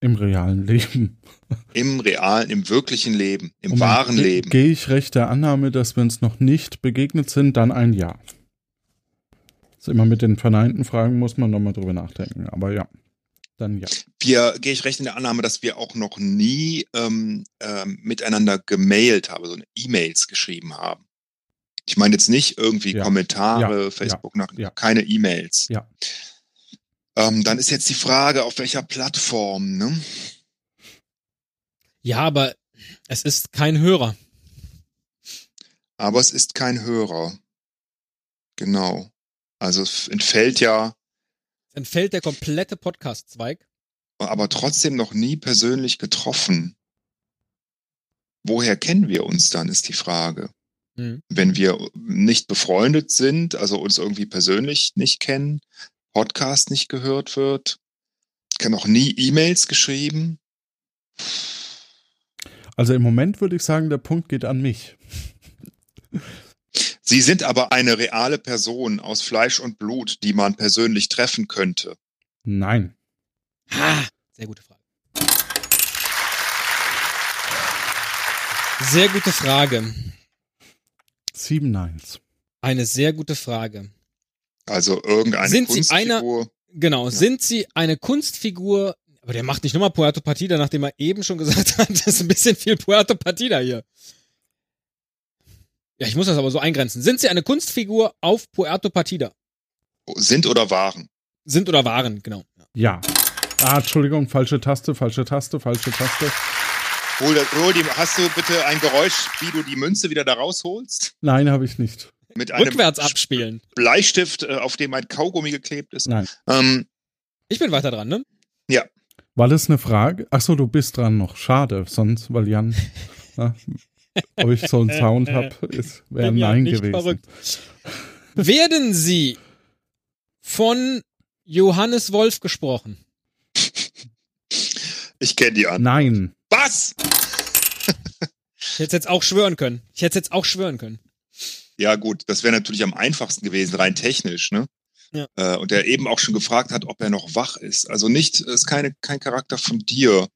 Speaker 1: Im realen Leben.
Speaker 2: Im realen, im wirklichen Leben, im
Speaker 1: Und
Speaker 2: wahren
Speaker 1: ge-
Speaker 2: Leben.
Speaker 1: Gehe ich recht der Annahme, dass wir uns noch nicht begegnet sind, dann ein Ja. Also immer mit den verneinten Fragen muss man nochmal drüber nachdenken. Aber ja, dann ja.
Speaker 2: wir gehe ich recht in der Annahme, dass wir auch noch nie ähm, ähm, miteinander gemailt haben, so eine E-Mails geschrieben haben. Ich meine jetzt nicht irgendwie
Speaker 1: Ja.
Speaker 2: Kommentare,
Speaker 1: Ja.
Speaker 2: Facebook Nachrichten,
Speaker 1: Ja.
Speaker 2: keine E-Mails.
Speaker 1: Ja.
Speaker 2: Ähm, dann ist jetzt die Frage, auf welcher Plattform, ne?
Speaker 3: Ja, aber es ist kein Hörer.
Speaker 2: Aber es ist kein Hörer. Genau. Also es entfällt ja,
Speaker 3: Entfällt der komplette Podcast-Zweig.
Speaker 2: aber trotzdem noch nie persönlich getroffen. Woher kennen wir uns dann, ist die Frage.
Speaker 3: Mhm.
Speaker 2: wenn wir nicht befreundet sind, also uns irgendwie persönlich nicht kennen, Podcast nicht gehört wird, kann auch nie E-Mails geschrieben.
Speaker 1: Also im Moment würde ich sagen, der Punkt geht an mich.
Speaker 2: Sie sind aber eine reale Person aus Fleisch und Blut, die man persönlich treffen könnte.
Speaker 1: Nein.
Speaker 3: Ha! Sehr gute Frage. Sehr gute Frage.
Speaker 1: Sieben Neins.
Speaker 3: Eine sehr gute Frage.
Speaker 2: Also irgendeine
Speaker 3: Sind Sie einer-
Speaker 2: Kunstfigur.
Speaker 3: Genau, sind sie eine Kunstfigur? Aber der macht nicht nochmal Puerto Partida, nachdem er eben schon gesagt hat, das ist ein bisschen viel Puerto Partida hier. Ja, ich muss das aber so eingrenzen. Sind sie eine Kunstfigur auf Puerto Partida?
Speaker 2: sind oder waren.
Speaker 3: Sind oder waren, genau.
Speaker 1: Ja. Ah, Entschuldigung, falsche Taste, falsche Taste, falsche Taste.
Speaker 2: Hol, das- hol die, hast du bitte ein Geräusch, wie du die Münze wieder da rausholst?
Speaker 1: Nein, habe ich nicht.
Speaker 2: Mit einem
Speaker 3: Rückwärts abspielen.
Speaker 2: Bleistift, äh, auf dem ein Kaugummi geklebt ist.
Speaker 1: Nein.
Speaker 2: Ähm,
Speaker 3: Ich bin weiter dran, ne?
Speaker 1: War das eine Frage? Achso, du bist dran noch. Schade, sonst, weil Jan, na, ob ich so einen Sound habe, wäre
Speaker 3: Bin ja
Speaker 1: Nein
Speaker 3: nicht
Speaker 1: gewesen.
Speaker 3: verrückt. Werden sie von Johannes Wolf gesprochen?
Speaker 2: ich kenne die an.
Speaker 1: Nein.
Speaker 2: Was?
Speaker 3: Ich hätte es jetzt auch schwören können. Ich hätte es jetzt auch schwören können.
Speaker 2: Ja, gut, das wäre natürlich am einfachsten gewesen, rein technisch, ne?
Speaker 3: Ja.
Speaker 2: Äh, und der eben auch schon gefragt hat, ob er noch wach ist. Also nicht, ist keine, kein Charakter von dir.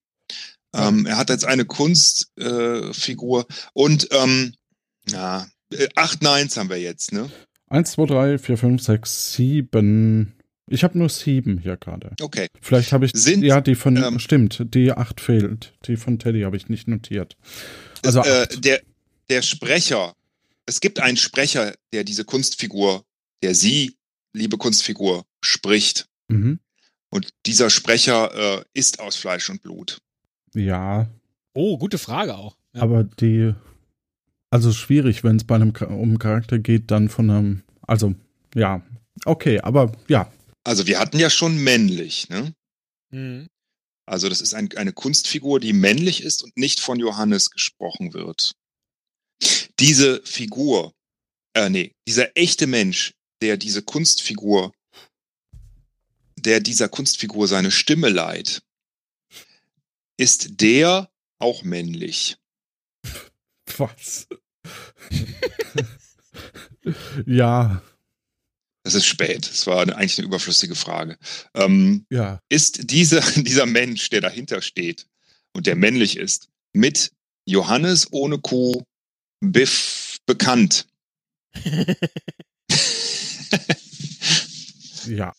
Speaker 2: Ähm, er hat jetzt eine Kunstfigur äh, Figur. und ähm, ja, äh, acht Neins haben wir jetzt, ne?
Speaker 1: 1, 2, 3, 4, 5, 6, 7. Ich habe nur 7 hier gerade.
Speaker 2: Okay.
Speaker 1: Vielleicht habe ich.
Speaker 2: Sind,
Speaker 1: ja, die von.
Speaker 2: ähm,
Speaker 1: stimmt, die 8 fehlt. Die von Teddy habe ich nicht notiert. Also
Speaker 2: äh,
Speaker 1: acht.
Speaker 2: der, der Sprecher, es gibt einen Sprecher, der diese Kunstfigur, der sie, liebe Kunstfigur, spricht.
Speaker 1: mhm.
Speaker 2: Und dieser Sprecher äh, ist aus Fleisch und Blut.
Speaker 1: Ja,
Speaker 3: Oh, gute Frage auch. Ja.
Speaker 1: aber die. Also schwierig, wenn es bei einem Cha- um Charakter geht, dann von einem. Also, ja. Okay, aber ja.
Speaker 2: Also wir hatten ja schon männlich, ne?
Speaker 3: Mhm.
Speaker 2: Also das ist ein, eine Kunstfigur, die männlich ist und nicht von Johannes gesprochen wird. Diese Figur, äh, nee, dieser echte Mensch, der diese Kunstfigur, der dieser Kunstfigur seine Stimme leiht, ist der auch männlich.
Speaker 1: Was? ja,
Speaker 2: Das ist spät. Das war eine- eigentlich eine überflüssige Frage. Ähm,
Speaker 1: ja.
Speaker 2: ist dieser, dieser Mensch, der dahinter steht und der männlich ist, mit Johannes ohne Kuh Biff bekannt?
Speaker 1: Ja.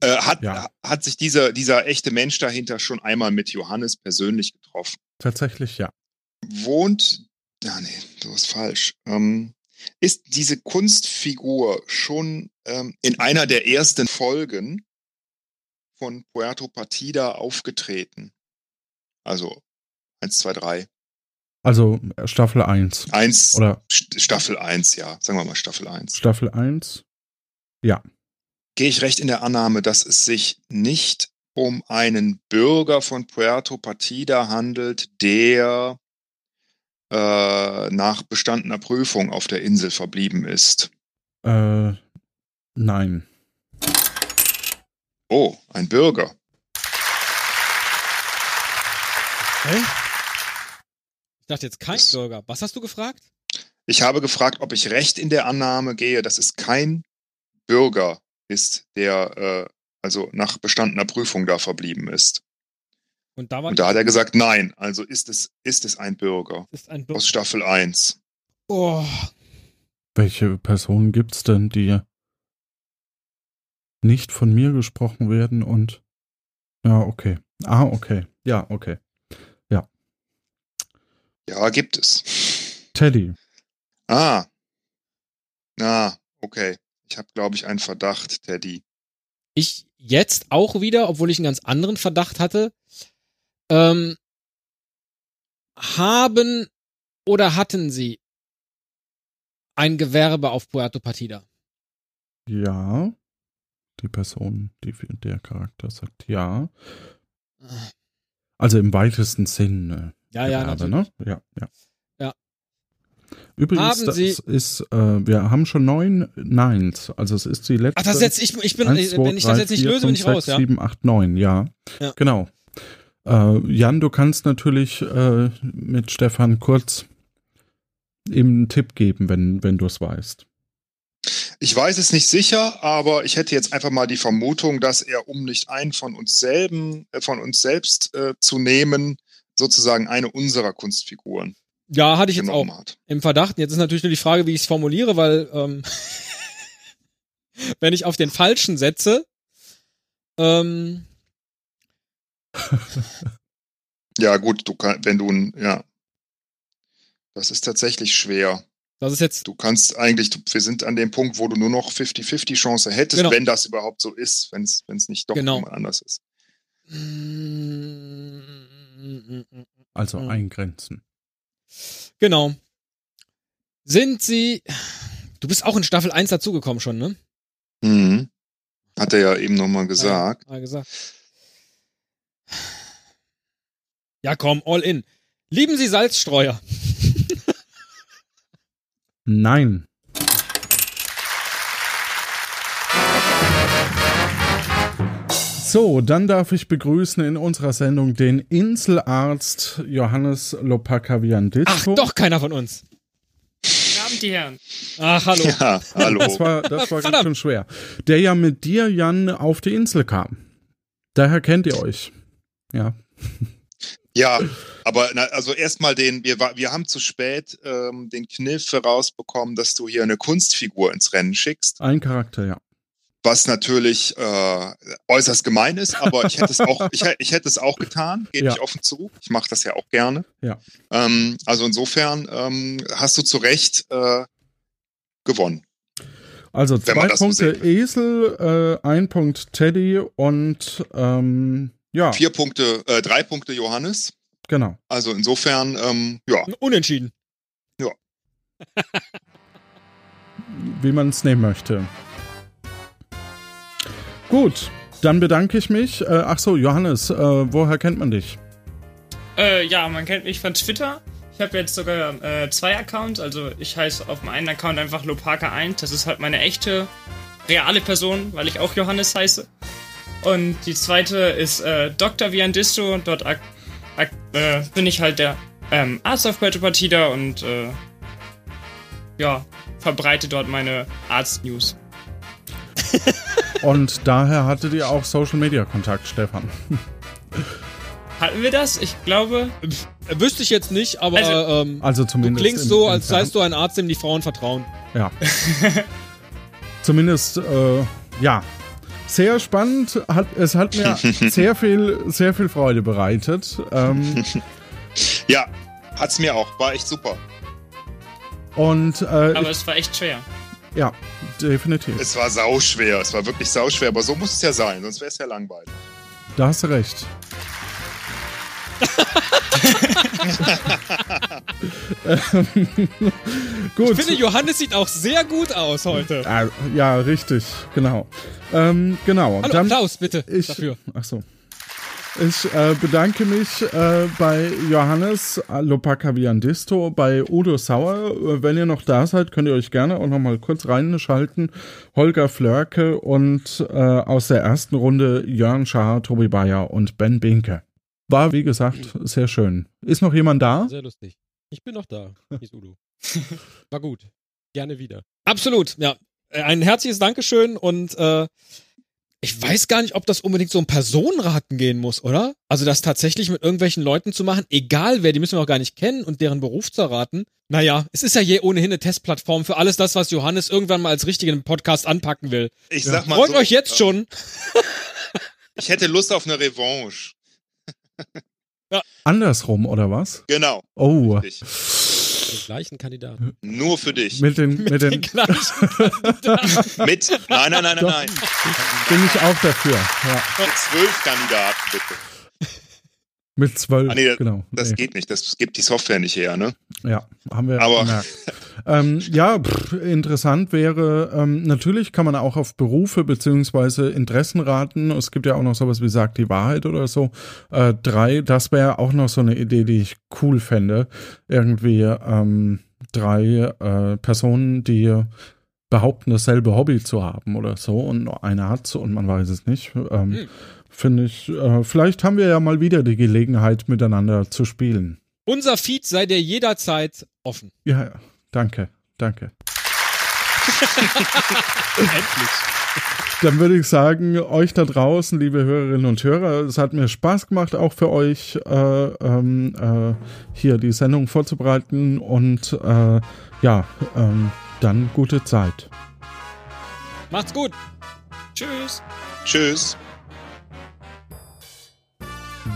Speaker 2: Äh, hat,
Speaker 1: Ja.
Speaker 2: hat sich dieser, dieser echte Mensch dahinter schon einmal mit Johannes persönlich getroffen?
Speaker 1: Tatsächlich ja.
Speaker 2: Wohnt. Ah, nee, das ist falsch. Ähm, ist diese Kunstfigur schon ähm, in einer der ersten Folgen von Puerto Partida aufgetreten? Also eins, zwei, drei,
Speaker 1: Also Staffel 1.
Speaker 2: eins
Speaker 1: Oder
Speaker 2: St- Staffel eins, ja. Sagen wir mal Staffel eins.
Speaker 1: Staffel 1.
Speaker 2: Gehe ich recht in der Annahme, dass es sich nicht um einen Bürger von Puerto Partida handelt, der äh, nach bestandener Prüfung auf der Insel verblieben ist.
Speaker 1: Äh, nein.
Speaker 2: Oh, ein Bürger.
Speaker 3: Hä? Ich dachte jetzt kein
Speaker 2: Das-
Speaker 3: Bürger. Was hast du gefragt?
Speaker 2: Ich habe gefragt, ob ich recht in der Annahme gehe, dass es kein Bürger ist, der äh, also nach bestandener Prüfung da verblieben ist.
Speaker 3: Und da war
Speaker 2: Und da hat er gesagt, nein, also ist es, ist es ein Bürger
Speaker 3: ist ein Bürger.
Speaker 2: aus Staffel 1.
Speaker 3: Oh,
Speaker 1: Welche Personen gibt's denn, die nicht von mir gesprochen werden und ja, okay. Ah, okay. Ja, okay.
Speaker 2: Ja, gibt es.
Speaker 1: Teddy.
Speaker 2: Ah. Ah, okay. Ich habe, glaube ich, einen Verdacht, Teddy.
Speaker 3: ich jetzt auch wieder, obwohl ich einen ganz anderen Verdacht hatte, ähm, haben oder hatten sie ein Gewerbe auf Puerto Partida?
Speaker 1: Ja. Die Person, die der Charakter sagt ja. Also im weitesten Sinne.
Speaker 3: Ja, Ah, ja,
Speaker 1: Gewerbe,
Speaker 3: natürlich.
Speaker 1: ne? Ja, ja.
Speaker 3: Ja.
Speaker 1: Übrigens,
Speaker 3: Haben
Speaker 1: das
Speaker 3: Sie-
Speaker 1: ist, äh, wir haben schon neun Neins. Also es ist die letzte.
Speaker 3: Ach, das ist jetzt, ich, ich bin, äh,
Speaker 1: Eins, zwei,
Speaker 3: wenn ich das
Speaker 1: drei,
Speaker 3: jetzt nicht
Speaker 1: vier,
Speaker 3: löse, bin ich
Speaker 1: fünf,
Speaker 3: raus,
Speaker 1: sechs,
Speaker 3: ja.
Speaker 1: Sieben, acht, neun, ja.
Speaker 3: Ja.
Speaker 1: Genau. Äh, Jan, du kannst natürlich äh, mit Stefan kurz ihm einen Tipp geben, wenn, wenn du es weißt.
Speaker 2: Ich weiß es nicht sicher, aber ich hätte jetzt einfach mal die Vermutung, dass er, um nicht einen von uns selben, äh, von uns selbst äh, zu nehmen, sozusagen eine unserer Kunstfiguren
Speaker 3: Ja, hatte ich jetzt auch
Speaker 2: genommen hat.
Speaker 3: im Verdacht. Jetzt ist natürlich nur die Frage, wie ich es formuliere, weil ähm, wenn ich auf den falschen setze. Ähm,
Speaker 2: Ja, gut, du kann, wenn du ein, ja. Das ist tatsächlich schwer.
Speaker 3: das ist jetzt
Speaker 2: Du kannst eigentlich, du- wir sind an dem Punkt, wo du nur noch 50-50 Chance hättest,
Speaker 3: Genau.
Speaker 2: wenn das überhaupt so ist, wenn es nicht doch
Speaker 3: Genau.
Speaker 2: jemand anders ist.
Speaker 1: Also
Speaker 3: Mhm.
Speaker 1: eingrenzen.
Speaker 3: Genau. Sind sie. Du bist auch in Staffel 1 dazugekommen schon, ne?
Speaker 2: Mhm. Hat er ja eben nochmal gesagt.
Speaker 3: Ah, gesagt. Ja, komm, all in. Lieben Sie Salzstreuer?
Speaker 1: Nein. So, dann darf ich begrüßen in unserer Sendung den Inselarzt Johannes
Speaker 3: Ach,
Speaker 1: Lopakavianditschko.
Speaker 3: doch, keiner von uns.
Speaker 7: Guten Abend, die Herren.
Speaker 3: Ach, hallo.
Speaker 2: Ja, hallo.
Speaker 1: Das war, das war ganz
Speaker 3: Verdammt.
Speaker 1: schön schwer. Der ja mit dir, Jan, auf die Insel kam. Daher kennt ihr euch. Ja.
Speaker 2: Ja, aber na, also erstmal den, wir, wa- wir haben zu spät ähm, den Kniff herausbekommen, dass du hier eine Kunstfigur ins Rennen schickst,
Speaker 1: Ein Charakter, ja.
Speaker 2: was natürlich äh, äußerst gemein ist, aber ich hätte es auch, ich, hä- ich hätte es auch getan, gebe
Speaker 1: Ja.
Speaker 2: ich offen zu. Ich mache das ja auch gerne.
Speaker 1: Ja.
Speaker 2: Ähm, also insofern ähm, hast du zu Recht äh, gewonnen.
Speaker 1: Also zwei
Speaker 2: Wenn man das so
Speaker 1: Punkte
Speaker 2: sehen
Speaker 1: Esel, äh, ein Punkt Teddy und ähm, ja,
Speaker 2: Vier Punkte, äh, drei Punkte Johannes.
Speaker 1: genau.
Speaker 2: Also insofern, ähm, ja,
Speaker 3: Unentschieden.
Speaker 1: wie man es nehmen möchte. Gut, dann bedanke ich mich. Äh, ach so, Johannes, äh, woher kennt man dich?
Speaker 7: Äh, ja, man kennt mich von Twitter. Ich habe jetzt sogar äh, zwei Accounts. Also ich heiße auf dem einen Account einfach Lopaka1. Das ist halt meine echte, reale Person, weil ich auch Johannes heiße. Und die zweite ist äh, Dr. Viandisto. Dort ak ak äh, bin ich halt der ähm, Arzt auf Puerto Partida und äh, ja, verbreite dort meine Arzt-News.
Speaker 1: Und daher hattet ihr auch Social Media Kontakt, Stefan.
Speaker 7: Hatten wir das? Ich glaube,
Speaker 3: Wüsste ich jetzt nicht, aber
Speaker 7: Also-
Speaker 3: ähm,
Speaker 1: Also
Speaker 3: du
Speaker 1: zumindest.
Speaker 3: klingst
Speaker 1: im-
Speaker 3: so,
Speaker 1: im
Speaker 3: als
Speaker 1: Fern-
Speaker 3: seist du ein Arzt, dem die Frauen vertrauen.
Speaker 1: Ja. zumindest, äh, ja. Sehr spannend. Hat, es hat mir sehr viel, sehr viel Freude bereitet. Ähm,
Speaker 2: ja, hat's mir auch, war echt super.
Speaker 1: und äh,
Speaker 7: aber es war echt schwer.
Speaker 1: ja, definitiv.
Speaker 2: Es war sauschwer, es war wirklich sauschwer, aber so muss es ja sein, sonst wäre es ja langweilig.
Speaker 1: Da hast du recht. Ähm,
Speaker 3: Ich
Speaker 1: Gut.
Speaker 3: finde, Johannes sieht auch sehr gut aus heute.
Speaker 1: Ah, ja, richtig, genau. Ähm, genau.
Speaker 3: Hallo,
Speaker 1: dann
Speaker 3: Applaus bitte
Speaker 1: ich,
Speaker 3: dafür.
Speaker 1: Ach so. Ich äh, bedanke mich äh, bei Johannes Lopakaviandisto, bei Udo Sauer. Äh, Wenn ihr noch da seid, könnt ihr euch gerne auch noch mal kurz reinschalten. Holger Flörke und äh, aus der ersten Runde Jörn Schaar, Tobi Bayer und Ben Binke. War, wie gesagt, sehr schön. Ist noch jemand da?
Speaker 6: Sehr lustig. Ich bin noch da, hieß Udo. War gut. Gerne wieder.
Speaker 3: Absolut, ja. Äh, Ein herzliches Dankeschön und äh, ich weiß gar nicht, ob das unbedingt so um Personenraten gehen muss, oder? Also das tatsächlich mit irgendwelchen Leuten zu machen, egal wer, die müssen wir auch gar nicht kennen und deren Beruf zu erraten. Naja, es ist ja je ohnehin eine Testplattform für alles das, was Johannes irgendwann mal als richtigen Podcast anpacken will.
Speaker 2: Ich
Speaker 1: Ja.
Speaker 2: sag mal
Speaker 3: Freut
Speaker 2: so,
Speaker 3: euch jetzt
Speaker 2: äh,
Speaker 3: schon.
Speaker 2: Ich hätte Lust auf eine Revanche.
Speaker 1: Andersrum, oder was?
Speaker 2: Genau.
Speaker 1: Oh.
Speaker 2: Richtig.
Speaker 6: Den gleichen Kandidaten.
Speaker 2: Nur für dich.
Speaker 1: Mit den, mit den,
Speaker 3: Klar,
Speaker 2: Mit, nein, nein, nein, nein, nein.
Speaker 1: bin ich auch dafür. Ja.
Speaker 2: Mit zwölf Kandidaten, bitte.
Speaker 1: Mit zwölf,
Speaker 2: Ah, nee,
Speaker 1: genau.
Speaker 2: Das
Speaker 1: Nee.
Speaker 2: geht nicht, das gibt die Software nicht her, ne?
Speaker 1: Ja, haben wir
Speaker 2: Aber-
Speaker 1: gemerkt. Ähm, ja, pff, interessant wäre, ähm, natürlich kann man auch auf Berufe beziehungsweise Interessen raten. Es gibt ja auch noch sowas wie Sagt die Wahrheit oder so. Äh, drei, das wäre auch noch so eine Idee, die ich cool fände. Irgendwie ähm, drei äh, Personen, die behaupten, dasselbe Hobby zu haben oder so und nur einer hat und man weiß es nicht. Ähm,
Speaker 3: Hm.
Speaker 1: Finde ich, äh, vielleicht haben wir ja mal wieder die Gelegenheit, miteinander zu spielen.
Speaker 3: Unser Feed sei dir jederzeit offen.
Speaker 1: Ja, ja. danke, danke.
Speaker 3: Endlich.
Speaker 1: Dann würde ich sagen, euch da draußen, liebe Hörerinnen und Hörer, es hat mir Spaß gemacht, auch für euch äh, ähm, äh, hier die Sendung vorzubereiten und äh, ja, ähm, dann gute Zeit.
Speaker 3: Macht's gut.
Speaker 7: Tschüss.
Speaker 2: Tschüss.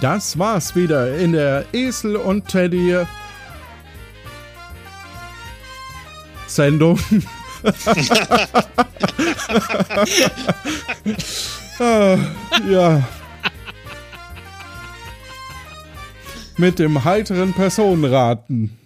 Speaker 1: Das war's wieder in der Esel und Teddy Sendung. ah, ja. Mit dem heiteren Personenraten.